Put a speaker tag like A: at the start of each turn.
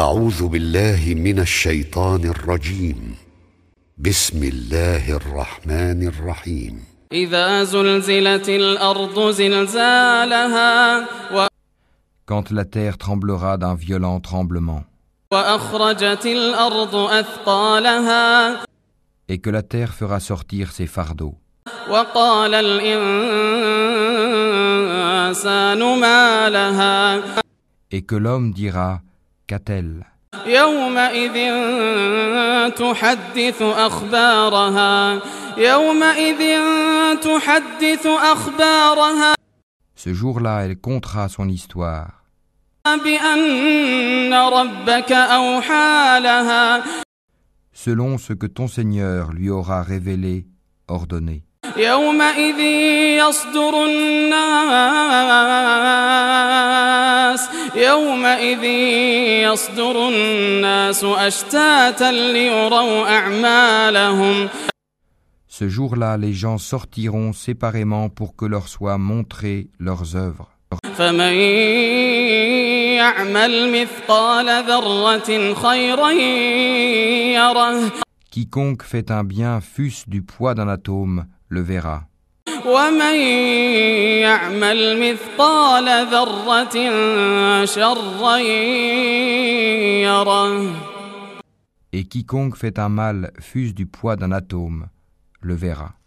A: اعوذ بالله من الشيطان الرجيم بسم الله الرحمن الرحيم
B: إذا زلزلت الأرض زلزالها و-
C: quand la terre tremblera d'un violent tremblement,
B: وأخرجت الأرض أثقالها
C: et que la terre fera sortir ses fardeaux,
B: وقال الإنسان ما لها
C: et que l'homme dira Qu'a-t-elle
B: يومئذ تحدث أخبارها يومئذ تحدث أخبارها
C: Ce jour-là, elle contera son histoire,
B: بأن ربك أوحى لها
C: selon ce que ton Seigneur lui aura révélé, ordonné.
B: يومئذ يصدر الناس يومئذ يصدر الناس أشتاتا ليروا أعمالهم
C: Ce jour-là, les gens sortiront séparément pour que leur soient montrées leurs œuvres.
B: فمن يعمل مثقال ذرة خيرا يره
C: Quiconque fait un bien, fût-ce du poids d'un atome, le verra.
B: ومن يعمل مثقال ذرة شرا يره
C: Et quiconque fait un mal, fût-ce du poids d'un atome, le verra.